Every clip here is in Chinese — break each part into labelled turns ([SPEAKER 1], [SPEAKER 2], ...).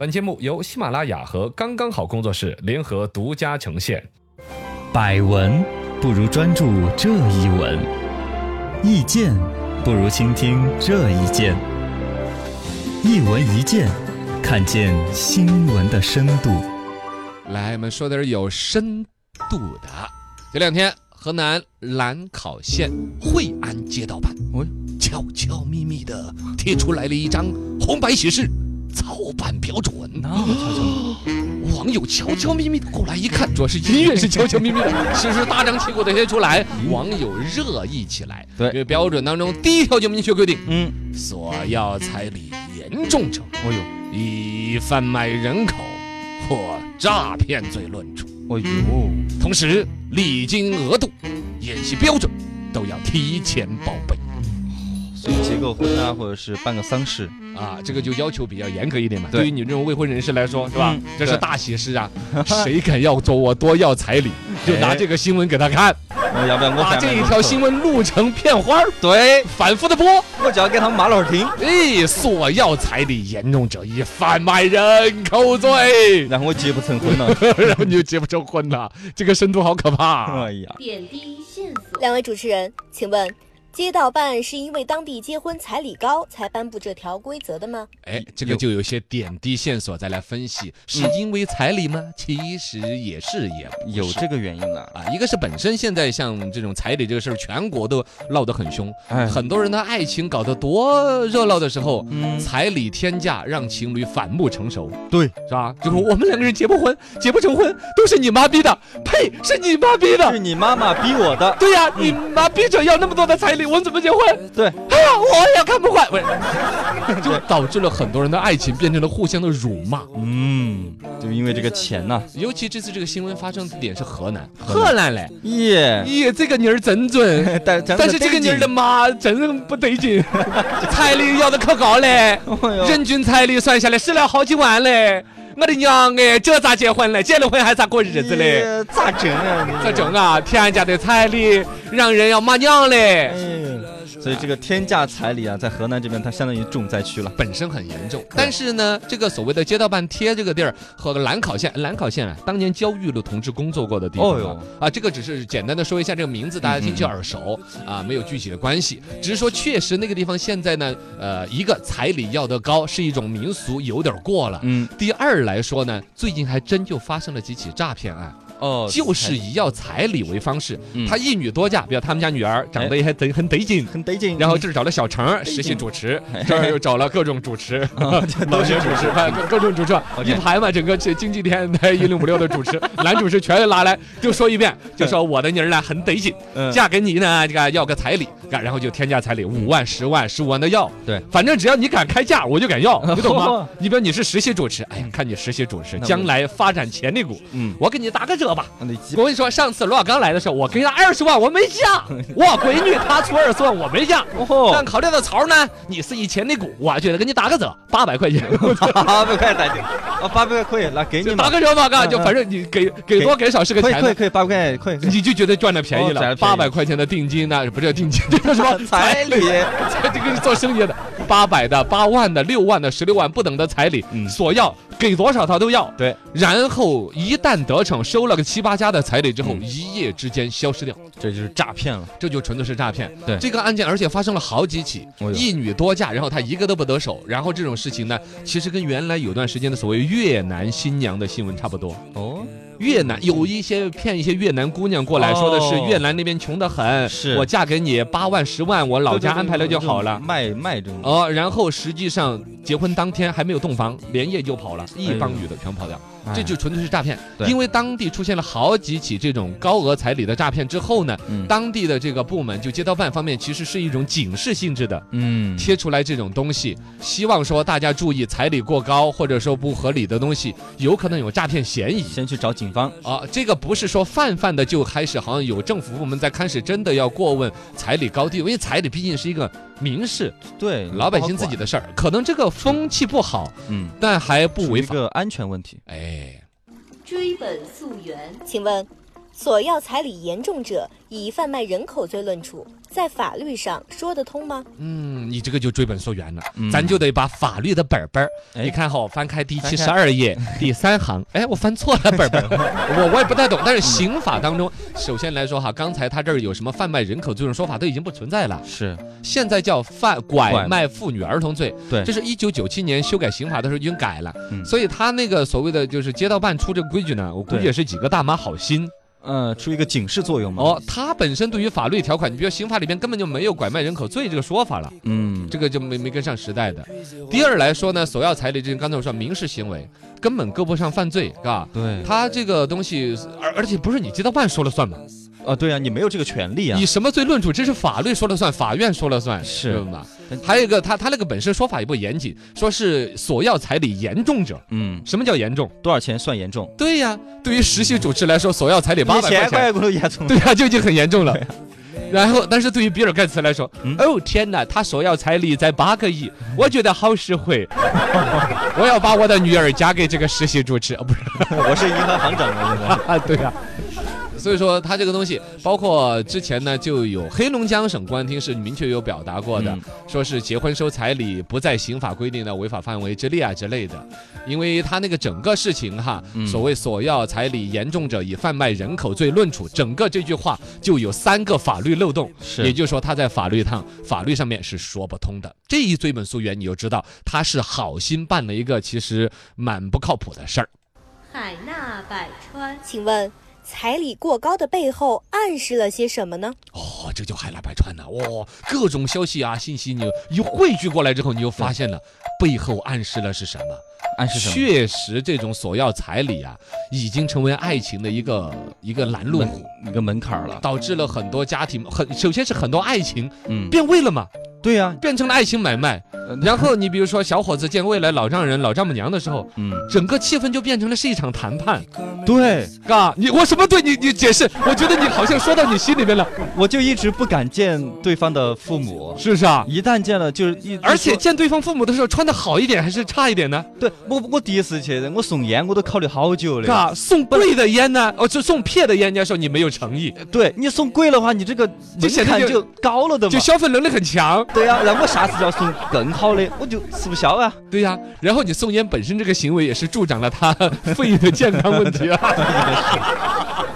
[SPEAKER 1] 本节目由喜马拉雅和刚刚好工作室联合独家呈现。
[SPEAKER 2] 百闻不如专注这一闻，意见不如倾听这一见。一闻一见，看见新闻的深度。
[SPEAKER 3] 来，我们说点有深度的。这两天，河南兰考县惠安街道办，
[SPEAKER 2] 喂
[SPEAKER 3] 悄悄咪咪的贴出来了一张红白喜事操办标准。
[SPEAKER 2] 啊
[SPEAKER 3] 网友悄悄咪咪的过来一看，主要是音乐是悄悄咪咪 的，其实大张旗鼓的贴出来，网友热议起来。
[SPEAKER 2] 对
[SPEAKER 3] 因为标准当中第一条就明确规定，
[SPEAKER 2] 嗯，
[SPEAKER 3] 索要彩礼严重者，
[SPEAKER 2] 哎呦，
[SPEAKER 3] 以贩卖人口或诈骗罪论处。
[SPEAKER 2] 哎呦，
[SPEAKER 3] 同时礼金额度、演习标准都要提前报备
[SPEAKER 2] 所以结个婚啊，或者是办个丧事，
[SPEAKER 3] 啊，这个就要求比较严格一点嘛。
[SPEAKER 2] 嗯对
[SPEAKER 3] 对于你这种未婚人士来说，是吧
[SPEAKER 2] 嗯？
[SPEAKER 3] 这是
[SPEAKER 2] 对
[SPEAKER 3] 大喜事啊，谁敢要走我多要彩礼，就拿这个新闻给他看，
[SPEAKER 2] 我哎要不然我
[SPEAKER 3] 把
[SPEAKER 2] 反
[SPEAKER 3] 这
[SPEAKER 2] 正
[SPEAKER 3] 一
[SPEAKER 2] 不
[SPEAKER 3] 条
[SPEAKER 2] 错
[SPEAKER 3] 新闻录成片花儿，
[SPEAKER 2] 对，
[SPEAKER 3] 反复的播。
[SPEAKER 2] 我只要给他们骂老听，
[SPEAKER 3] 哎，索要彩礼严重者以贩卖人口罪，
[SPEAKER 2] 然后我结不成婚了。
[SPEAKER 3] 然后你就结不成婚了，这个深度好可怕。啊
[SPEAKER 2] 哎呀，
[SPEAKER 4] 点滴线索。
[SPEAKER 5] 两位主持人，请问街道办是因为当地结婚彩礼高才颁布这条规则的吗？
[SPEAKER 3] 哎，这个就有些点滴线索再来分析，是因为彩礼吗？其实也是，也不是
[SPEAKER 2] 嗯有这个原因了。
[SPEAKER 3] 啊，一个是本身现在像这种彩礼这个事儿，全国都闹得很凶，
[SPEAKER 2] 哎，
[SPEAKER 3] 很多人的爱情搞得多热闹的时候。
[SPEAKER 2] 嗯，
[SPEAKER 3] 彩礼天价让情侣反目成仇，
[SPEAKER 2] 对，
[SPEAKER 3] 是吧？就是我们两个人结不婚，结不成婚，都是你妈逼的，呸，是你妈逼
[SPEAKER 2] 是
[SPEAKER 3] 的，
[SPEAKER 2] 你妈妈逼我的。
[SPEAKER 3] 对呀、你妈逼着要那么多的彩礼，我们怎么结婚？
[SPEAKER 2] 对，
[SPEAKER 3] 哎呀，我也看不 惯，不是，就导致了很多人的爱情变成了互相的辱骂。
[SPEAKER 2] 嗯，就因为这个钱呐、
[SPEAKER 3] 尤其这次这个新闻发生地点是河南，
[SPEAKER 2] 南
[SPEAKER 3] 河南嘞，
[SPEAKER 2] 耶、哎
[SPEAKER 3] 咦，这个妮儿真准，
[SPEAKER 2] 但但
[SPEAKER 3] 但是这个妮儿的，妈真不对 劲，彩礼要的可高嘞，
[SPEAKER 2] 哎呦
[SPEAKER 3] 人均彩礼算下来是了好几万嘞。我的娘哎，这咋结婚嘞？结了婚还咋过日子嘞？
[SPEAKER 2] 耶咋整啊？你
[SPEAKER 3] 咋？整啊？天价的彩礼让人要骂娘
[SPEAKER 2] 哎
[SPEAKER 3] 嘞，
[SPEAKER 2] 所以这个天价彩礼啊，在河南这边它相当于重灾区了。
[SPEAKER 3] 本身很严重。但是呢，这个所谓的街道办贴这个地儿和兰考县，兰考县啊，当年焦裕禄同志工作过的地方、啊。
[SPEAKER 2] 哦哟
[SPEAKER 3] 啊，这个只是简单的说一下这个名字，大家听起来耳熟
[SPEAKER 2] 嗯
[SPEAKER 3] 啊，没有具体的关系，只是说确实那个地方现在呢，呃，一个彩礼要得高是一种民俗，有点过了。
[SPEAKER 2] 嗯，
[SPEAKER 3] 第二来说呢，最近还真就发生了几起诈骗案，
[SPEAKER 2] 哦
[SPEAKER 3] 就是以要彩礼为方式
[SPEAKER 2] 嗯，哎
[SPEAKER 3] 他一女多嫁，比如他们家女儿长得也还得很得劲。
[SPEAKER 2] 很得劲。
[SPEAKER 3] 然后这儿找了小程儿实习主持，
[SPEAKER 2] 哎
[SPEAKER 3] 这儿又找了各种 主持，
[SPEAKER 2] 都
[SPEAKER 3] 老
[SPEAKER 2] 是
[SPEAKER 3] 学
[SPEAKER 2] 主
[SPEAKER 3] 主持，哎各各种主持，
[SPEAKER 2] OK
[SPEAKER 3] 一排嘛，整个这经济电台一零五六的主持，男主持全拉来，就说一遍，就说我的妮儿呢很得劲，
[SPEAKER 2] 嗯
[SPEAKER 3] 嫁给你呢，这个要个彩礼，啊然后就天价彩礼，五万、十万、十五万的要，
[SPEAKER 2] 对，
[SPEAKER 3] 反正只要你敢开价，我就敢要，你懂
[SPEAKER 2] 嚯
[SPEAKER 3] 吗？你比如你是实习主持，哎呀，看你实习主持
[SPEAKER 2] 嗯那不
[SPEAKER 3] 将来发展潜力股，
[SPEAKER 2] 嗯，
[SPEAKER 3] 我给你打个折吧。
[SPEAKER 2] 那基
[SPEAKER 3] 我跟你说，上次罗小刚来的时候，我给他二十万，我没 下，我闺女她出二十万，我没下。但
[SPEAKER 2] 哦，
[SPEAKER 3] 考虑到曹呢，你是以前那股，我觉得给你打个折，八百块钱，
[SPEAKER 2] 八百块打定，啊，八百块可以，那 给你
[SPEAKER 3] 就
[SPEAKER 2] 嘛
[SPEAKER 3] 打，个折吧，哥，
[SPEAKER 2] 嗯
[SPEAKER 3] 就反正你给给多给少是个
[SPEAKER 2] 可以
[SPEAKER 3] 钱
[SPEAKER 2] 可以
[SPEAKER 3] 的，
[SPEAKER 2] 可以，八百块可以，
[SPEAKER 3] 你就觉得赚了便宜
[SPEAKER 2] 哦
[SPEAKER 3] 了。
[SPEAKER 2] 赚了
[SPEAKER 3] 八
[SPEAKER 2] 便
[SPEAKER 3] 百
[SPEAKER 2] 宜
[SPEAKER 3] 块钱的定金呢，不是定金，这个什么
[SPEAKER 2] 彩礼，
[SPEAKER 3] 彩 这个是做生意的，八百的、八万的、六万的、十六万不等的彩礼，
[SPEAKER 2] 嗯
[SPEAKER 3] 索要给多少他都要。
[SPEAKER 2] 对，
[SPEAKER 3] 然后一旦得逞，收了个七八家的彩礼之后，
[SPEAKER 2] 嗯
[SPEAKER 3] 一夜之间消失掉。
[SPEAKER 2] 这就是诈骗了。
[SPEAKER 3] 这就纯粹是诈骗。
[SPEAKER 2] 对
[SPEAKER 3] 这个案件，而且发生了好几起
[SPEAKER 2] 哎呦，
[SPEAKER 3] 一女多嫁，然后她一个都不得手。然后这种事情呢，其实跟原来有段时间的所谓越南新娘的新闻差不多。
[SPEAKER 2] 哦，
[SPEAKER 3] 越南有一些骗一些越南姑娘过来，
[SPEAKER 2] 哦
[SPEAKER 3] 说的是越南那边穷得很，
[SPEAKER 2] 是
[SPEAKER 3] 我嫁给你八万十万，我老家安排了就好了。
[SPEAKER 2] 卖卖这种，
[SPEAKER 3] 哦，然后实际上结婚当天还没有洞房，连夜就跑了，一帮
[SPEAKER 2] 哎呦
[SPEAKER 3] 女的全跑掉。
[SPEAKER 2] 哎
[SPEAKER 3] 这就纯粹是诈骗。
[SPEAKER 2] 对
[SPEAKER 3] 因为当地出现了好几起这种高额彩礼的诈骗之后呢，
[SPEAKER 2] 嗯
[SPEAKER 3] 当地的这个部门就街道办方面其实是一种警示性质的。
[SPEAKER 2] 嗯
[SPEAKER 3] 贴出来这种东西，希望说大家注意彩礼过高或者说不合理的东西，有可能有诈骗嫌疑
[SPEAKER 2] 先去找警方，
[SPEAKER 3] 啊。这个不是说泛泛的就开始，好像有政府部门在开始真的要过问彩礼高低，因为彩礼毕竟是一个民事，
[SPEAKER 2] 对，
[SPEAKER 3] 老百姓自己
[SPEAKER 2] 的，
[SPEAKER 3] 的事儿。可能这个风气不好，
[SPEAKER 2] 嗯，
[SPEAKER 3] 但还不
[SPEAKER 2] 属于
[SPEAKER 3] 违
[SPEAKER 2] 一
[SPEAKER 3] 法。
[SPEAKER 2] 个安全问题。
[SPEAKER 3] 哎，
[SPEAKER 4] 追本溯源，
[SPEAKER 5] 请问，索要彩礼严重者以贩卖人口罪论处，在法律上说得通吗？
[SPEAKER 3] 嗯，你这个就追本溯源了，
[SPEAKER 2] 嗯
[SPEAKER 3] 咱就得把法律的本本儿，
[SPEAKER 2] 哎
[SPEAKER 3] 你看好、翻开第
[SPEAKER 2] 翻
[SPEAKER 3] 七
[SPEAKER 2] 开
[SPEAKER 3] 十 二页第三行，哎，我翻错了本本儿， 我我也不太懂。但是刑法当中，首先来说哈，刚才他这儿有什么贩卖人口这种说法都已经不存在了，
[SPEAKER 2] 是
[SPEAKER 3] 现在叫贩拐
[SPEAKER 2] 拐
[SPEAKER 3] 卖妇女儿童罪，
[SPEAKER 2] 对
[SPEAKER 3] 这是一九九七年修改刑法的时候已经改了，
[SPEAKER 2] 嗯
[SPEAKER 3] 所以他那个所谓的就是街道办出这个规矩呢，我估计
[SPEAKER 2] 对
[SPEAKER 3] 也是几个大妈好心。
[SPEAKER 2] 呃，出一个警示作用嘛。，
[SPEAKER 3] 哦，它本身对于法律条款，你比如刑法里边根本就没有拐卖人口罪这个说法了，
[SPEAKER 2] 嗯，
[SPEAKER 3] 这个就没没跟上时代的。第二来说呢，索要彩礼这刚才我说民事行为根本够不上犯罪，嘎。
[SPEAKER 2] 对，
[SPEAKER 3] 他这个东西，而而且不是你街道办说了算嘛？
[SPEAKER 2] 啊，对啊，你没有这个权利啊
[SPEAKER 3] 以。什么罪论处？这是法律说了算，法院说了算，
[SPEAKER 2] 是
[SPEAKER 3] 对吧
[SPEAKER 2] 但？
[SPEAKER 3] 还有一个，他他那个本身说法也不严谨，说是索要彩礼严重者。
[SPEAKER 2] 嗯，
[SPEAKER 3] 什么叫严重？
[SPEAKER 2] 多少钱算严重？
[SPEAKER 3] 对呀，对于实习主持来说，索要彩礼八百块
[SPEAKER 2] 钱
[SPEAKER 3] 钱，
[SPEAKER 2] 怪不得严重。
[SPEAKER 3] 对呀、就已经很严 重了。然后，但是对于比尔盖茨来说，
[SPEAKER 2] 嗯
[SPEAKER 3] 哦天哪，他索要彩礼才八个亿，我觉得好实 惠。我要把我的女儿嫁给这个实习主持，啊、不是
[SPEAKER 2] 我是银行行长啊，现在 是。
[SPEAKER 3] 啊， 对呀、所以说，他这个东西，包括之前呢，就有黑龙江省公安厅是明确有表达过的，
[SPEAKER 2] 嗯
[SPEAKER 3] 说是结婚收彩礼不在刑法规定的违法范围之列啊之类的，因为他那个整个事情哈，
[SPEAKER 2] 嗯
[SPEAKER 3] 所谓索要彩礼严重者以贩卖人口罪论处，整个这句话就有三个法律漏洞，
[SPEAKER 2] 是
[SPEAKER 3] 也就是说他在法律上法律上面是说不通的。这一追本溯源，你就知道他是好心办了一个其实蛮不靠谱的事儿。
[SPEAKER 4] 海纳百川，
[SPEAKER 5] 请问，彩礼过高的背后暗示了些什么呢？
[SPEAKER 3] 哦，这就海纳百川呐、哇、各种消息啊、信息你一汇聚过来之后，你就发现了背后暗示了是什么？
[SPEAKER 2] 暗示什么？
[SPEAKER 3] 确实，这种索要彩礼啊，已经成为爱情的一个一个拦路虎，
[SPEAKER 2] 门一个门槛儿了。
[SPEAKER 3] 导致了很多家庭很首先是很多爱情
[SPEAKER 2] 嗯，呃
[SPEAKER 3] 变味了嘛，
[SPEAKER 2] 对啊呀，
[SPEAKER 3] 变成了爱情买卖。然后你比如说小伙子见未来老丈人、老丈母娘的时候。
[SPEAKER 2] 嗯，
[SPEAKER 3] 整个气氛就变成了是一场谈判，
[SPEAKER 2] 对，
[SPEAKER 3] 嘎，你我什么对你你解释？我觉得你好像说到你心里面了，
[SPEAKER 2] 我就一直不敢见对方的父母，
[SPEAKER 3] 是不是啊？
[SPEAKER 2] 一旦见了就是一，
[SPEAKER 3] 而且
[SPEAKER 2] 就
[SPEAKER 3] 见对方父母的时候，穿的好一点还是差一点呢？
[SPEAKER 2] 对我我第一次去，我送烟我都考虑好久了。
[SPEAKER 3] 嘎，送贵的烟呢？哦，就送撇的烟，人家说你没有诚意，
[SPEAKER 2] 对你送贵的话，你这个
[SPEAKER 3] 就
[SPEAKER 2] 门
[SPEAKER 3] 显得
[SPEAKER 2] 槛
[SPEAKER 3] 就
[SPEAKER 2] 就高了的嘛
[SPEAKER 3] 就。消费能力很强。
[SPEAKER 2] 对呀、那我下次要送更好的，我就吃不消啊。
[SPEAKER 3] 对呀、然后你送烟本身这个行为也是助长了他 肺的健康问题啊。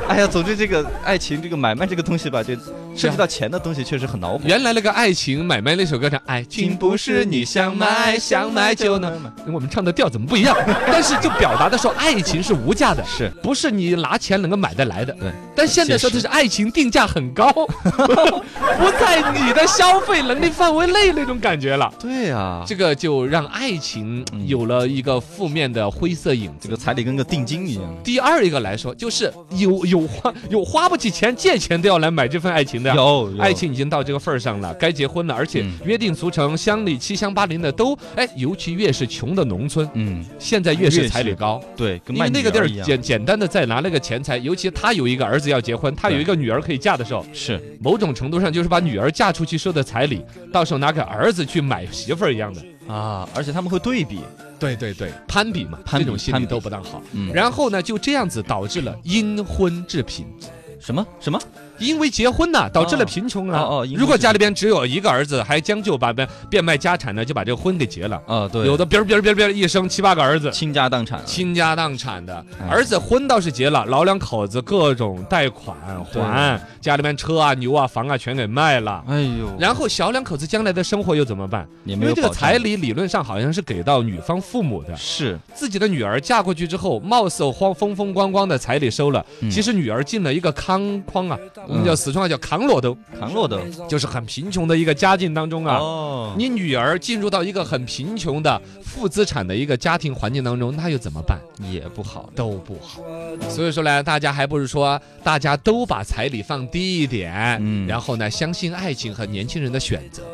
[SPEAKER 2] 哎呀，总之这个爱情这个买卖这个东西吧，这涉及到钱的东西确实很恼火。
[SPEAKER 3] 啊原来那个爱情买卖那首歌唱，爱情不是你想买想买就能。
[SPEAKER 2] 买，
[SPEAKER 3] 我们唱的调怎么不 一样？但是就表达的说，爱情是无价的，
[SPEAKER 2] 是
[SPEAKER 3] 不是你拿钱能够买得来的？
[SPEAKER 2] 对。
[SPEAKER 3] 但现在说的是爱情定价很高， 不在你的消费能力范围内那种感觉了。
[SPEAKER 2] 对啊呀、这
[SPEAKER 3] 这个就让爱情
[SPEAKER 2] 嗯
[SPEAKER 3] 有了一个负面的灰色影
[SPEAKER 2] 这
[SPEAKER 3] 子。
[SPEAKER 2] 个彩礼跟个定金一样。
[SPEAKER 3] 第二一个来说，就是有有花有花不起钱借钱都要来买这份爱情的呀。
[SPEAKER 2] 有
[SPEAKER 3] 爱，情已经到这个份儿上了，该结婚了，而且
[SPEAKER 2] 嗯
[SPEAKER 3] 约定俗成，乡里七乡八邻的都，哎，尤其越是穷的农村，
[SPEAKER 2] 嗯，
[SPEAKER 3] 现在越
[SPEAKER 2] 越
[SPEAKER 3] 是
[SPEAKER 2] 是
[SPEAKER 3] 彩礼高，
[SPEAKER 2] 对，跟
[SPEAKER 3] 因为
[SPEAKER 2] 卖
[SPEAKER 3] 那个地
[SPEAKER 2] 女
[SPEAKER 3] 儿
[SPEAKER 2] 一样
[SPEAKER 3] 简简单的再拿那个钱财，尤其他有一个儿子要结婚，他有一个女儿可以嫁的时候，
[SPEAKER 2] 是
[SPEAKER 3] 某种程度上就是把女儿嫁出去收的彩礼，到时候拿给儿子去买媳妇儿一样的。
[SPEAKER 2] 啊，而且他们会对比，
[SPEAKER 3] 对对对，攀比嘛，
[SPEAKER 2] 攀比
[SPEAKER 3] 这种心
[SPEAKER 2] 攀
[SPEAKER 3] 理
[SPEAKER 2] 比
[SPEAKER 3] 都不当好。
[SPEAKER 2] 嗯，
[SPEAKER 3] 然后呢，就这样子导致了因婚致贫，
[SPEAKER 2] 什么什么
[SPEAKER 3] 因为结婚呐、导致了
[SPEAKER 2] 哦
[SPEAKER 3] 贫穷啊。
[SPEAKER 2] 哦哦因婚
[SPEAKER 3] 如果
[SPEAKER 2] 致贫
[SPEAKER 3] 家里边只有一个儿子，还将就把变变卖家产呢，就把这个婚给结了。
[SPEAKER 2] 啊，对，
[SPEAKER 3] 有的别儿别儿别儿别儿一生七八个儿子，
[SPEAKER 2] 倾家荡产了，啊
[SPEAKER 3] 倾家荡产的
[SPEAKER 2] 哎，
[SPEAKER 3] 儿子婚倒是结了，老两口子各种贷款还，家里面车啊、牛啊、房啊全给卖了。
[SPEAKER 2] 哎呦，
[SPEAKER 3] 然后小两口子将来的生活又怎么办？
[SPEAKER 2] 也
[SPEAKER 3] 因
[SPEAKER 2] 没有
[SPEAKER 3] 为这个
[SPEAKER 2] 保障
[SPEAKER 3] 彩礼理论上好像是给到女方父母的，
[SPEAKER 2] 是
[SPEAKER 3] 自己的女儿嫁过去之后，貌似慌风风光光的彩礼收了，
[SPEAKER 2] 嗯
[SPEAKER 3] 其实女儿进了一个康框啊，我们
[SPEAKER 2] 嗯
[SPEAKER 3] 叫四川话叫康罗兜，
[SPEAKER 2] 扛落的
[SPEAKER 3] 就是很贫穷的一个家境当中啊。
[SPEAKER 2] 哦，
[SPEAKER 3] 你女儿进入到一个很贫穷的负资产的一个家庭环境当中，那又怎么办？
[SPEAKER 2] 也不好，
[SPEAKER 3] 都不好。所以说呢，大家还不如说大家都把彩礼放低一点，
[SPEAKER 2] 嗯
[SPEAKER 3] 然后呢，相信爱情和年轻人的选择。